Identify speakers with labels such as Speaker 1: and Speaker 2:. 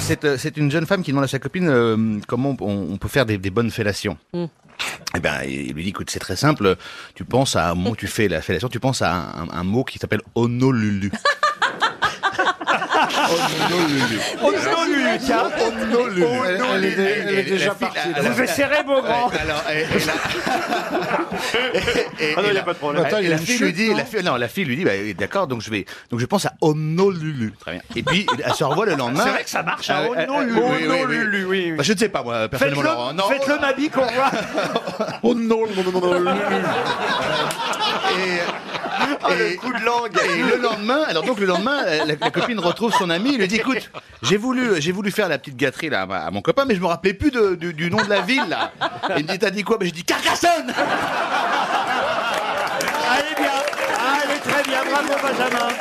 Speaker 1: c'est euh, c'est une jeune femme qui demande à sa copine euh, comment on, on peut faire des, des bonnes fellations. Eh ben, il lui dit, écoute, c'est très simple. Tu penses à un mot, tu fais la fellation, tu penses à un, un mot qui s'appelle Honolulu. Honolulu. Honolulu.
Speaker 2: Elle- elle est- elle est
Speaker 1: Et la
Speaker 2: déjà
Speaker 1: fille-
Speaker 2: partie,
Speaker 1: la-
Speaker 2: là.
Speaker 1: la-
Speaker 2: Vous essayerez, beau grand.
Speaker 1: Ouais, alors, et- et la- et- et-
Speaker 2: Ah
Speaker 1: et
Speaker 2: non, il y a
Speaker 1: la-
Speaker 2: pas de problème. Attends, il y a
Speaker 1: et la
Speaker 2: une
Speaker 1: fille lui
Speaker 2: chute,
Speaker 1: dit,
Speaker 2: non
Speaker 1: la fille, non, la fille lui dit, bah, oui, d'accord, donc je vais, donc je pense à Honolulu. Très bien. Et puis, elle se revoit le lendemain.
Speaker 2: C'est vrai que ça marche, hein. Oh à
Speaker 1: Ah, ouais,
Speaker 2: Honolulu.
Speaker 1: oui, oui, oui.
Speaker 2: Honolulu, oui, oui.
Speaker 1: Bah, je ne sais pas, moi, personnellement, Laurent.
Speaker 2: Faites-le,
Speaker 1: Non,
Speaker 2: faites-le, ma bille, qu'on voit.
Speaker 3: Oh non, non, non, non, non.
Speaker 1: et, et le lendemain, alors donc le lendemain, euh, la, la copine retrouve son ami, il lui dit écoute, j'ai voulu, j'ai voulu faire la petite gâterie là à ma- à mon copain, mais je me rappelais plus de- du, du nom de la ville là. Et il me dit t'as dit quoi Ben je dis Carcassonne.
Speaker 2: Allez bien, allez très bien, bravo Benjamin.